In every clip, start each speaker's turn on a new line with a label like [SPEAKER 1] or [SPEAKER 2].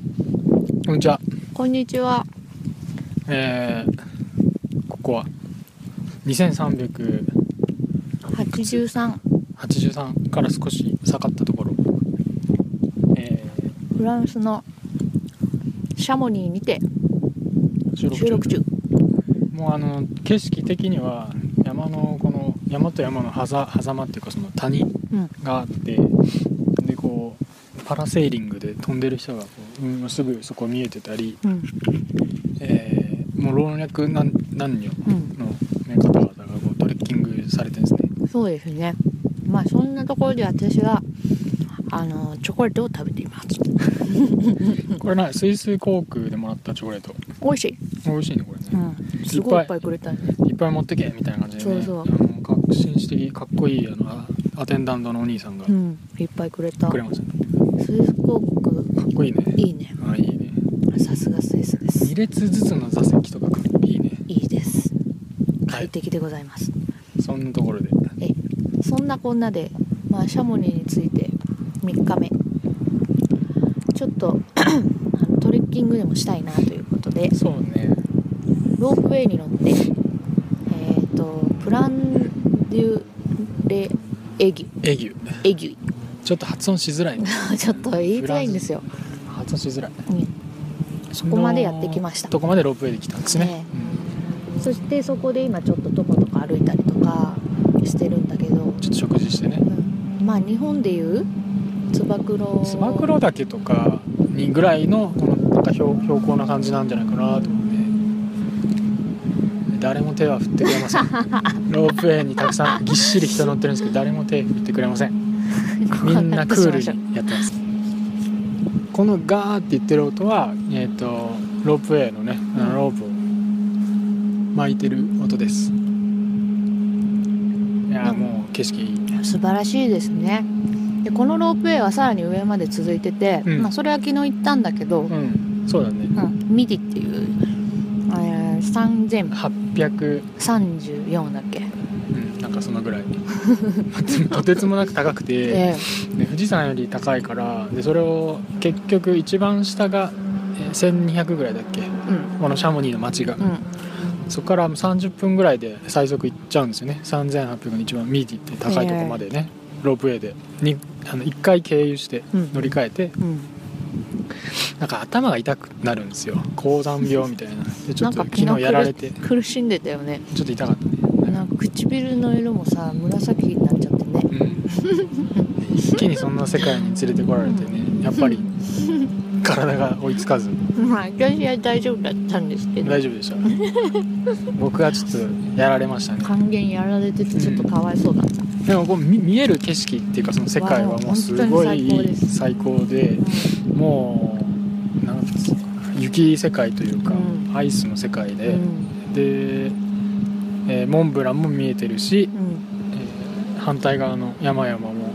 [SPEAKER 1] こんにちは。
[SPEAKER 2] こんにちは。
[SPEAKER 1] えー、ここは2383
[SPEAKER 2] 八十三
[SPEAKER 1] から少し下がったところ、え
[SPEAKER 2] フランスのシャモニーにて
[SPEAKER 1] ー収録中
[SPEAKER 2] 収録中。
[SPEAKER 1] もうあの景色的には山のこの山と山のはざ狭間っていうかその谷
[SPEAKER 2] うん
[SPEAKER 1] があって、でこうパラセーリングで飛んでる人がこう海のすぐそこ見えてたり、
[SPEAKER 2] うん
[SPEAKER 1] えーもう老若男男女
[SPEAKER 2] うん
[SPEAKER 1] の、ね、方々がこうトレッキングされてるんですね。
[SPEAKER 2] そうですね。まあそんなところで私はあのチョコレートを食べています。
[SPEAKER 1] これなスイス航空でもらったチョコレート
[SPEAKER 2] 美味しい。
[SPEAKER 1] 美味しいねこれ
[SPEAKER 2] う
[SPEAKER 1] ね、
[SPEAKER 2] ん。すごいいっぱいくれたね。
[SPEAKER 1] いっぱい持ってけみたいな感じで、ね、
[SPEAKER 2] そうそう
[SPEAKER 1] あの革新士的かっこいいあのあアテンダントのお兄さんが
[SPEAKER 2] うん。いっぱいくれた。
[SPEAKER 1] くれました、ね
[SPEAKER 2] スイス航空
[SPEAKER 1] かっこいいね
[SPEAKER 2] いいね。
[SPEAKER 1] あいいね
[SPEAKER 2] さすがスイスです
[SPEAKER 1] 2。列ずつの座席とかかっいいね
[SPEAKER 2] いいです。
[SPEAKER 1] は
[SPEAKER 2] 快
[SPEAKER 1] い
[SPEAKER 2] 適でございます。
[SPEAKER 1] そんなところで
[SPEAKER 2] えそんなこんなで、まあ、シャモニーについて3日目ちょっと あのトレッキングでもしたいなということで
[SPEAKER 1] そうね
[SPEAKER 2] ロープウェイに乗ってえっ、とプランデュレエギュ
[SPEAKER 1] エギュ
[SPEAKER 2] エギ
[SPEAKER 1] ちょっと発音しづらいね
[SPEAKER 2] ュ ちょっと言いづらいんですよ、
[SPEAKER 1] 発音しづらい
[SPEAKER 2] うん
[SPEAKER 1] そ
[SPEAKER 2] こまでやってきました
[SPEAKER 1] とこまでロープウェイで来たんですね
[SPEAKER 2] ねそしてそこで今ちょっととことか歩いたりとかしてるんだけど、
[SPEAKER 1] うんちょっと食事してね
[SPEAKER 2] うんまあ日本でいうつば九郎
[SPEAKER 1] つば九郎岳とかにぐらいのこのなんか標標高な感じなんじゃないかなと思って誰も手は振ってくれ ませんロープウェイにたくさんぎっしり人乗ってるんですけど誰も手振ってくれませんみんなクールにやってますこのガーって言ってる音は、えー、とロープウェイのねあのロープを巻いてる音ですいやーもう景色いいね
[SPEAKER 2] 素晴らしいですねでこのロープウェイはさらに上まで続いてて、
[SPEAKER 1] うん
[SPEAKER 2] まあ、それは昨日行ったんだけど、うん
[SPEAKER 1] うんそうだね
[SPEAKER 2] ミディっていう、えー、
[SPEAKER 1] 800
[SPEAKER 2] 3034だっけ、
[SPEAKER 1] うん、なんかそのぐらい とてつもなく高くて、
[SPEAKER 2] ええ
[SPEAKER 1] で富士山より高いからでそれを結局一番下がえー1200ぐらいだっけ
[SPEAKER 2] うん
[SPEAKER 1] このシャモニーの町が、
[SPEAKER 2] うん
[SPEAKER 1] そこから30分ぐらいで最速行っちゃうんですよね3800の一番ミーティって高いとこまでね、ロープウェイでにあの1回経由して
[SPEAKER 2] うん
[SPEAKER 1] 乗り換えて、
[SPEAKER 2] うん、
[SPEAKER 1] なんか頭が痛くなるんですよ高山病みたいなでちょっと
[SPEAKER 2] なんか昨
[SPEAKER 1] 昨
[SPEAKER 2] 日
[SPEAKER 1] 日やられて
[SPEAKER 2] 苦しんでたよね
[SPEAKER 1] ちょっと痛かったね
[SPEAKER 2] なんか唇の色もさ紫になっちゃってね
[SPEAKER 1] うん一気にそんな世界に連れてこられてねやっぱり体が追いつかず
[SPEAKER 2] まあ私は大丈夫だったんですけど
[SPEAKER 1] 大丈夫でした僕はちょっとやられましたね
[SPEAKER 2] 還元やられててちょっとかわいそうだった、
[SPEAKER 1] でもこう見見える景色っていうかその世界はもうすご
[SPEAKER 2] わあ
[SPEAKER 1] い
[SPEAKER 2] 本当に最高です
[SPEAKER 1] 最高でもうなんていうのかな雪世界というか、
[SPEAKER 2] う
[SPEAKER 1] アイスの世界で、
[SPEAKER 2] うん
[SPEAKER 1] で、えーモンブランも見えてるし、
[SPEAKER 2] うん、
[SPEAKER 1] えー反対側の山々もも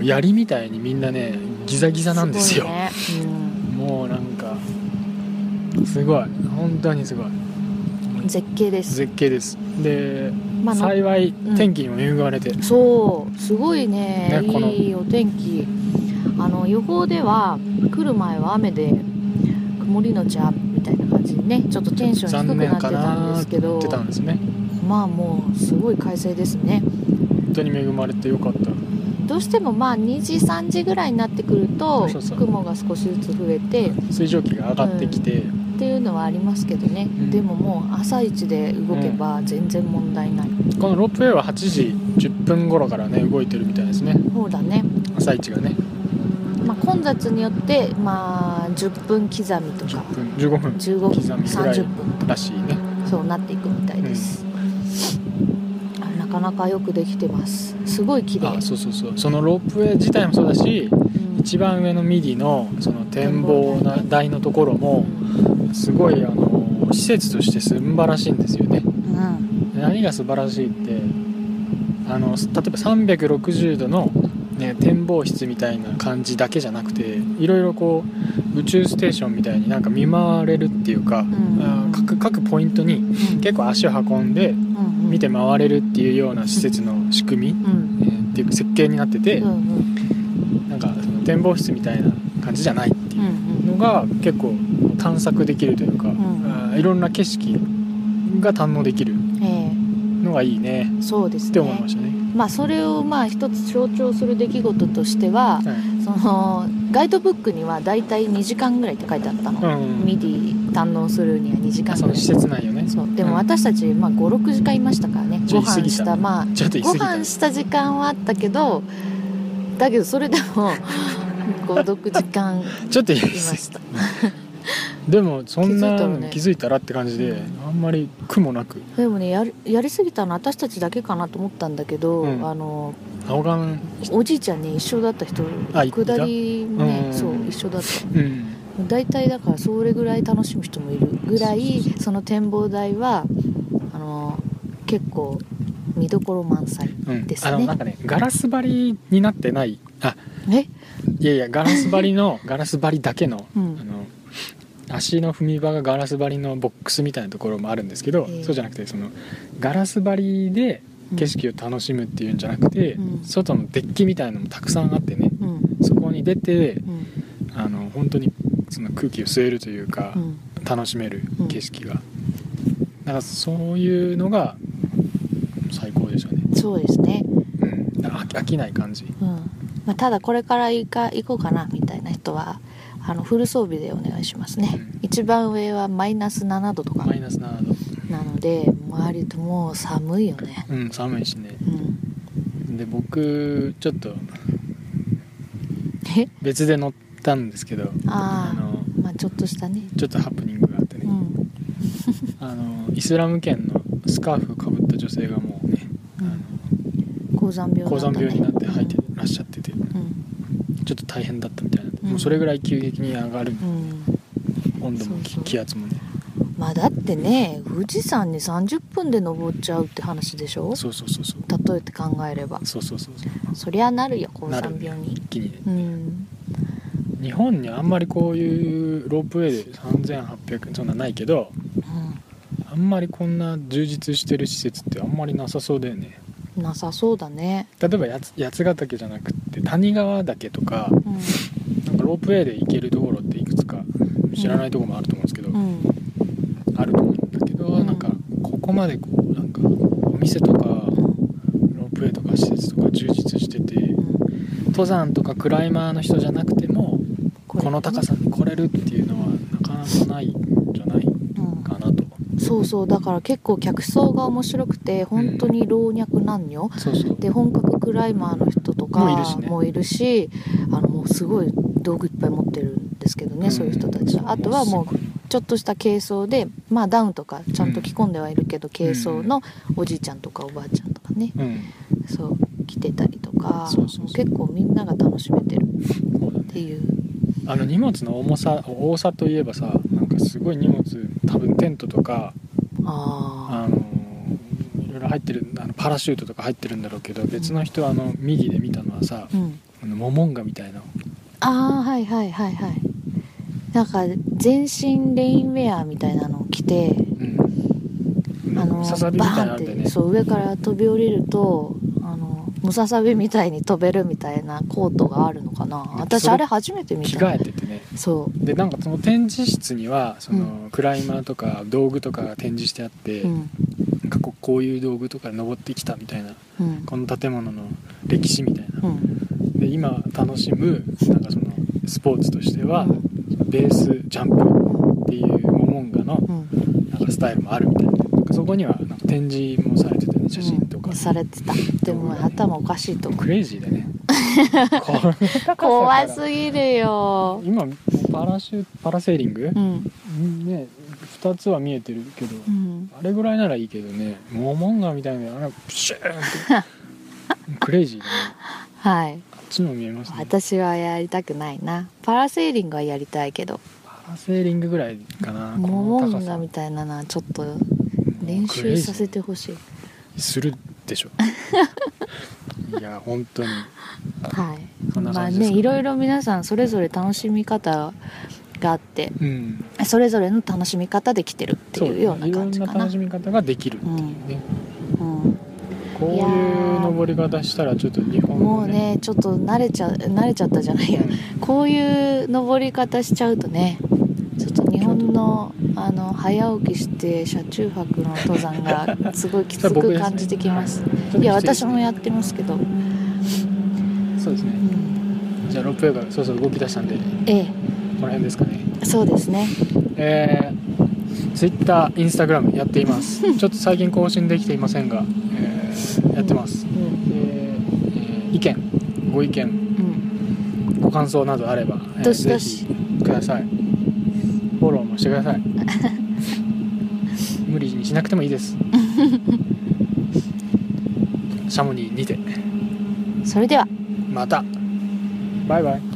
[SPEAKER 1] う槍みたいにみんなねギザギザなんですよ
[SPEAKER 2] ごいねうん
[SPEAKER 1] もうなんかすごい本当にすごい
[SPEAKER 2] 絶景です
[SPEAKER 1] 絶景ですで、
[SPEAKER 2] まあな
[SPEAKER 1] 幸い
[SPEAKER 2] ん
[SPEAKER 1] 天気にも恵まれて、
[SPEAKER 2] そうすごいね
[SPEAKER 1] ねこの
[SPEAKER 2] いいお天気あの予報では来る前は雨で曇りのち雨みたいな感じでねちょっとテンション低
[SPEAKER 1] 残念
[SPEAKER 2] くなって
[SPEAKER 1] か
[SPEAKER 2] たん
[SPEAKER 1] な
[SPEAKER 2] で
[SPEAKER 1] ー
[SPEAKER 2] す
[SPEAKER 1] って
[SPEAKER 2] け
[SPEAKER 1] 言
[SPEAKER 2] ど
[SPEAKER 1] ってたんですね
[SPEAKER 2] まあもうすごい快晴ですね
[SPEAKER 1] 本当に恵まれてよかった
[SPEAKER 2] どうしてもまあ2時3時ぐらいになってくると
[SPEAKER 1] そうそう
[SPEAKER 2] 雲が少しずつ増えてっ
[SPEAKER 1] 水蒸気が上がってきて、
[SPEAKER 2] ていうのはありますけどね、
[SPEAKER 1] ん
[SPEAKER 2] でももう朝一で動けば全然問題ない、
[SPEAKER 1] このロープウェイは8時10分頃からね動いてるみたいですね
[SPEAKER 2] そうだね、
[SPEAKER 1] 朝一がね
[SPEAKER 2] まあ、混雑によってまあ10分刻みとか
[SPEAKER 1] 10分15分
[SPEAKER 2] 15分
[SPEAKER 1] 刻みぐらい
[SPEAKER 2] 30分
[SPEAKER 1] らしいね
[SPEAKER 2] そうなっていくみたいです、あなかなかよくできてますすごい綺麗
[SPEAKER 1] あそうそうそうそのロープウェイ自体もそうだし
[SPEAKER 2] うん
[SPEAKER 1] 一番上のミディのその展望な台のところも、すごいあの施設として素晴らしいんですよね
[SPEAKER 2] うん
[SPEAKER 1] 何が素晴らしいってあの例えば360度の、ね、展望室みたいな感じだけじゃなくていろいろこう宇宙ステーションみたいになんか見回れるっていうか、
[SPEAKER 2] ん
[SPEAKER 1] あ各各ポイントに結構足を運んで
[SPEAKER 2] うん
[SPEAKER 1] 見て回れるっていうような施設の仕組み、
[SPEAKER 2] うん
[SPEAKER 1] えーっていう設計になってて、
[SPEAKER 2] うんうん
[SPEAKER 1] なんかその展望室みたいな感じじゃないって
[SPEAKER 2] うん
[SPEAKER 1] いうのが結構探索できるというか、
[SPEAKER 2] ん
[SPEAKER 1] あーいろんな景色が堪能できる
[SPEAKER 2] うんえ
[SPEAKER 1] のがいいね
[SPEAKER 2] えそうです
[SPEAKER 1] って思いま
[SPEAKER 2] ね
[SPEAKER 1] したね。
[SPEAKER 2] まあそれをまあ一つ象徴する出来事として
[SPEAKER 1] は
[SPEAKER 2] は
[SPEAKER 1] い
[SPEAKER 2] そのガイドブックにはだいたい2時間ぐらいって書いてあったの、
[SPEAKER 1] うん
[SPEAKER 2] ミディ堪能するには2時間
[SPEAKER 1] そ
[SPEAKER 2] ぐら
[SPEAKER 1] の
[SPEAKER 2] い
[SPEAKER 1] 施設内よね
[SPEAKER 2] そうでも
[SPEAKER 1] うん
[SPEAKER 2] 私たち、まあ、56時間いましたからね
[SPEAKER 1] ちょ
[SPEAKER 2] ご
[SPEAKER 1] っと言い過ぎ
[SPEAKER 2] 飯
[SPEAKER 1] た
[SPEAKER 2] したまあ
[SPEAKER 1] ちょっと言
[SPEAKER 2] ご
[SPEAKER 1] い過
[SPEAKER 2] 飯
[SPEAKER 1] ぎた
[SPEAKER 2] した時間はあったけどだけどそれで も56時間い
[SPEAKER 1] ちょっと言い過
[SPEAKER 2] ま
[SPEAKER 1] ぎ
[SPEAKER 2] した
[SPEAKER 1] でもそん
[SPEAKER 2] 気づい
[SPEAKER 1] な
[SPEAKER 2] たのね
[SPEAKER 1] 気づいたらって感じであんまり苦もなく
[SPEAKER 2] でもねやりやりすぎたの私たちだけかなと思ったんだけど、
[SPEAKER 1] うん
[SPEAKER 2] あの
[SPEAKER 1] 青眼
[SPEAKER 2] おじいちゃんね一緒だった人
[SPEAKER 1] あい
[SPEAKER 2] 下りね
[SPEAKER 1] いたうん
[SPEAKER 2] そう一緒だった
[SPEAKER 1] うん
[SPEAKER 2] 大体だからそれぐらい楽しむ人もいるぐらいその展望台はあの結構見どころ満載
[SPEAKER 1] うん
[SPEAKER 2] ですね
[SPEAKER 1] あのなんかねガラス張りになってないあ
[SPEAKER 2] え
[SPEAKER 1] いやいやガラス張り のガラス張りだけの,、
[SPEAKER 2] うん
[SPEAKER 1] あの足の踏み場がガラス張りのボックスみたいなところもあるんですけど、
[SPEAKER 2] ええ
[SPEAKER 1] そうじゃなくてそのガラス張りで景色を楽しむっていうんじゃなくて、
[SPEAKER 2] うん
[SPEAKER 1] 外のデッキみたいのもたくさんあってね
[SPEAKER 2] うん
[SPEAKER 1] そこに出て
[SPEAKER 2] うん
[SPEAKER 1] あの本当にその空気を吸えるというか、
[SPEAKER 2] うん
[SPEAKER 1] 楽しめる景色が、なんかそういうのが最高でしたね、
[SPEAKER 2] そうですね、
[SPEAKER 1] うん、なんか飽き飽きない感じ
[SPEAKER 2] うんまあ、ただこれから行か行こうかなみたいな人はあのフル装備でお願いしますね、
[SPEAKER 1] うん
[SPEAKER 2] 一番上はマイナス7度とか
[SPEAKER 1] マイナス7度
[SPEAKER 2] なので周りともう寒いよね
[SPEAKER 1] うん寒いしね
[SPEAKER 2] うん
[SPEAKER 1] で僕ちょっと
[SPEAKER 2] え
[SPEAKER 1] 別で乗ったんですけど
[SPEAKER 2] ああ
[SPEAKER 1] の
[SPEAKER 2] まあちょっとしたね
[SPEAKER 1] ちょっとハプニングがあってね、
[SPEAKER 2] うん
[SPEAKER 1] あのイスラム圏のスカーフかぶった女性がもうね
[SPEAKER 2] 高山病
[SPEAKER 1] 高
[SPEAKER 2] だ
[SPEAKER 1] 山
[SPEAKER 2] ったね
[SPEAKER 1] 病になって入ってらっしゃっててちょ
[SPEAKER 2] うん
[SPEAKER 1] っと大変だったみたいなんで、
[SPEAKER 2] うん
[SPEAKER 1] もうそれぐらい急激に上がる
[SPEAKER 2] うん、うん
[SPEAKER 1] 温度も気
[SPEAKER 2] そうそう
[SPEAKER 1] 気圧もね
[SPEAKER 2] まあだってね富士山に30分で登っちゃうって話でしょ
[SPEAKER 1] そうそうそうそう
[SPEAKER 2] 例えて考えれば
[SPEAKER 1] そうそうそうそう
[SPEAKER 2] そりゃなるよ高山病に
[SPEAKER 1] 一気にね
[SPEAKER 2] うん
[SPEAKER 1] 日本にあんまりこういうロープウェイで3800そんなないけどあんまりこんな充実してる施設ってあんまりなさそうだよね
[SPEAKER 2] うんなさそうだね
[SPEAKER 1] 例えばやつ八ヶ岳じゃなくって谷川岳とか
[SPEAKER 2] うん
[SPEAKER 1] なんかロープウェイで行けるところっていくつか知らないところもあると思うんですけど、
[SPEAKER 2] うん
[SPEAKER 1] あると思うんだけど、
[SPEAKER 2] うん
[SPEAKER 1] なんかここまでこうなんかお店とか
[SPEAKER 2] うん
[SPEAKER 1] ロープウェイとか施設とか充実してて
[SPEAKER 2] うん
[SPEAKER 1] 登山とかクライマーの人じゃなくても
[SPEAKER 2] れ
[SPEAKER 1] この高さに来れるっていうのはなかなかないんじゃない
[SPEAKER 2] うん
[SPEAKER 1] かなと
[SPEAKER 2] そうそうだから結構客層が面白くて本当に老若男女、
[SPEAKER 1] そうそう
[SPEAKER 2] で本格クライマーの人とか
[SPEAKER 1] もういるしね
[SPEAKER 2] もういるしあのもうすごい道具いっぱい持ってるんですけどね、そういう人たちはあとはもう
[SPEAKER 1] う
[SPEAKER 2] ちょっとした軽装でまあダウンとかちゃんと着込んではいるけど、軽装のおじいちゃんとかおばあちゃんとかね
[SPEAKER 1] うん
[SPEAKER 2] そう着てたりとか
[SPEAKER 1] そうそうそう
[SPEAKER 2] 結構みんなが楽しめてる
[SPEAKER 1] そうだね
[SPEAKER 2] っていう、
[SPEAKER 1] あの荷物の重さ多さといえばさなんかすごい荷物多分テントとか
[SPEAKER 2] あ
[SPEAKER 1] あのいろいろ入ってるあのパラシュートとか入ってるんだろうけど別の人はあの右で見たのはさ
[SPEAKER 2] あうん
[SPEAKER 1] あのモモンガみたいな
[SPEAKER 2] ああはいはいはいはいなんか全身レインウェアみたいなのを着て
[SPEAKER 1] うん
[SPEAKER 2] あの
[SPEAKER 1] ささびみ
[SPEAKER 2] バ
[SPEAKER 1] たいなの
[SPEAKER 2] ーン
[SPEAKER 1] あ
[SPEAKER 2] っ
[SPEAKER 1] っててね
[SPEAKER 2] そう上から飛び降りるとあのムササビみたいに飛べるみたいなコートがあるのかな私
[SPEAKER 1] それ
[SPEAKER 2] あれ初めて見
[SPEAKER 1] 着
[SPEAKER 2] た
[SPEAKER 1] 替えててね
[SPEAKER 2] そ
[SPEAKER 1] でなんかその展示室にはその、クライマーとか道具とかが展示してあって、
[SPEAKER 2] ううん
[SPEAKER 1] なんかこうこういう道具とかで登ってきたみたいな
[SPEAKER 2] うん
[SPEAKER 1] この建物の歴史みたいな、
[SPEAKER 2] うん
[SPEAKER 1] で今楽しむなんかそのスポーツとしては、ベースジャンプっていうモモンガの
[SPEAKER 2] うん
[SPEAKER 1] なんかスタイルもあるみたいななんかそこにはなんか展示もされててね写真とか、
[SPEAKER 2] うんされてたでも頭おかしいと思
[SPEAKER 1] クレイジーだ ねこの高さから
[SPEAKER 2] う怖すぎるよ
[SPEAKER 1] 今もうパラシュパラセーリング
[SPEAKER 2] う、ん
[SPEAKER 1] ね2つは見えてるけど、
[SPEAKER 2] うん
[SPEAKER 1] あれぐらいならいいけどねモモンガみたいなあれプシューンって クレイジーだね
[SPEAKER 2] はい
[SPEAKER 1] あっちも見えますね
[SPEAKER 2] 私はやりたくないなパラセーリングはやりたいけど
[SPEAKER 1] パラセーリングぐらいかなこ
[SPEAKER 2] モモ
[SPEAKER 1] の高
[SPEAKER 2] ン
[SPEAKER 1] さ
[SPEAKER 2] ガみたいなのはちょっと
[SPEAKER 1] もう
[SPEAKER 2] 練
[SPEAKER 1] クレイ
[SPEAKER 2] 習
[SPEAKER 1] ジー
[SPEAKER 2] させてほしい
[SPEAKER 1] するでしょ いや本当に
[SPEAKER 2] はい
[SPEAKER 1] そんな
[SPEAKER 2] まあ
[SPEAKER 1] 感じですか
[SPEAKER 2] ね
[SPEAKER 1] ね
[SPEAKER 2] いろいろ皆さんそれぞれ楽しみ方があって
[SPEAKER 1] うん
[SPEAKER 2] それぞれの楽しみ方で来てるって
[SPEAKER 1] そう
[SPEAKER 2] いうような感じ
[SPEAKER 1] いろ
[SPEAKER 2] か
[SPEAKER 1] んな
[SPEAKER 2] な
[SPEAKER 1] 楽しみ方ができるっていうね、
[SPEAKER 2] うん
[SPEAKER 1] こう
[SPEAKER 2] いや
[SPEAKER 1] いう
[SPEAKER 2] ー
[SPEAKER 1] 登り方したらちょっと日本
[SPEAKER 2] も
[SPEAKER 1] の
[SPEAKER 2] うねちょっと慣れちゃ慣れちゃったじゃないやこういう登り方しちゃうとねちょっと日本のあの早起きして車中泊の登山がすごいきつく感じてきます
[SPEAKER 1] うん
[SPEAKER 2] いや私もやってますけど、う
[SPEAKER 1] そうですね
[SPEAKER 2] ん
[SPEAKER 1] じゃあロープウェイがそろそろ動き出したんでこ
[SPEAKER 2] え
[SPEAKER 1] の辺ですかね
[SPEAKER 2] えそうですね
[SPEAKER 1] えー、Twitter、Instagram やっています ちょっと最近更新できていませんが、えーやってますで
[SPEAKER 2] うん
[SPEAKER 1] えー意見ご意見
[SPEAKER 2] うん
[SPEAKER 1] ご感想などあれば、えー
[SPEAKER 2] どしどし
[SPEAKER 1] ぜひくださいフォローもしてくださ い無理にしなくてもいいです シャモニーにて
[SPEAKER 2] それでは
[SPEAKER 1] またバイバイ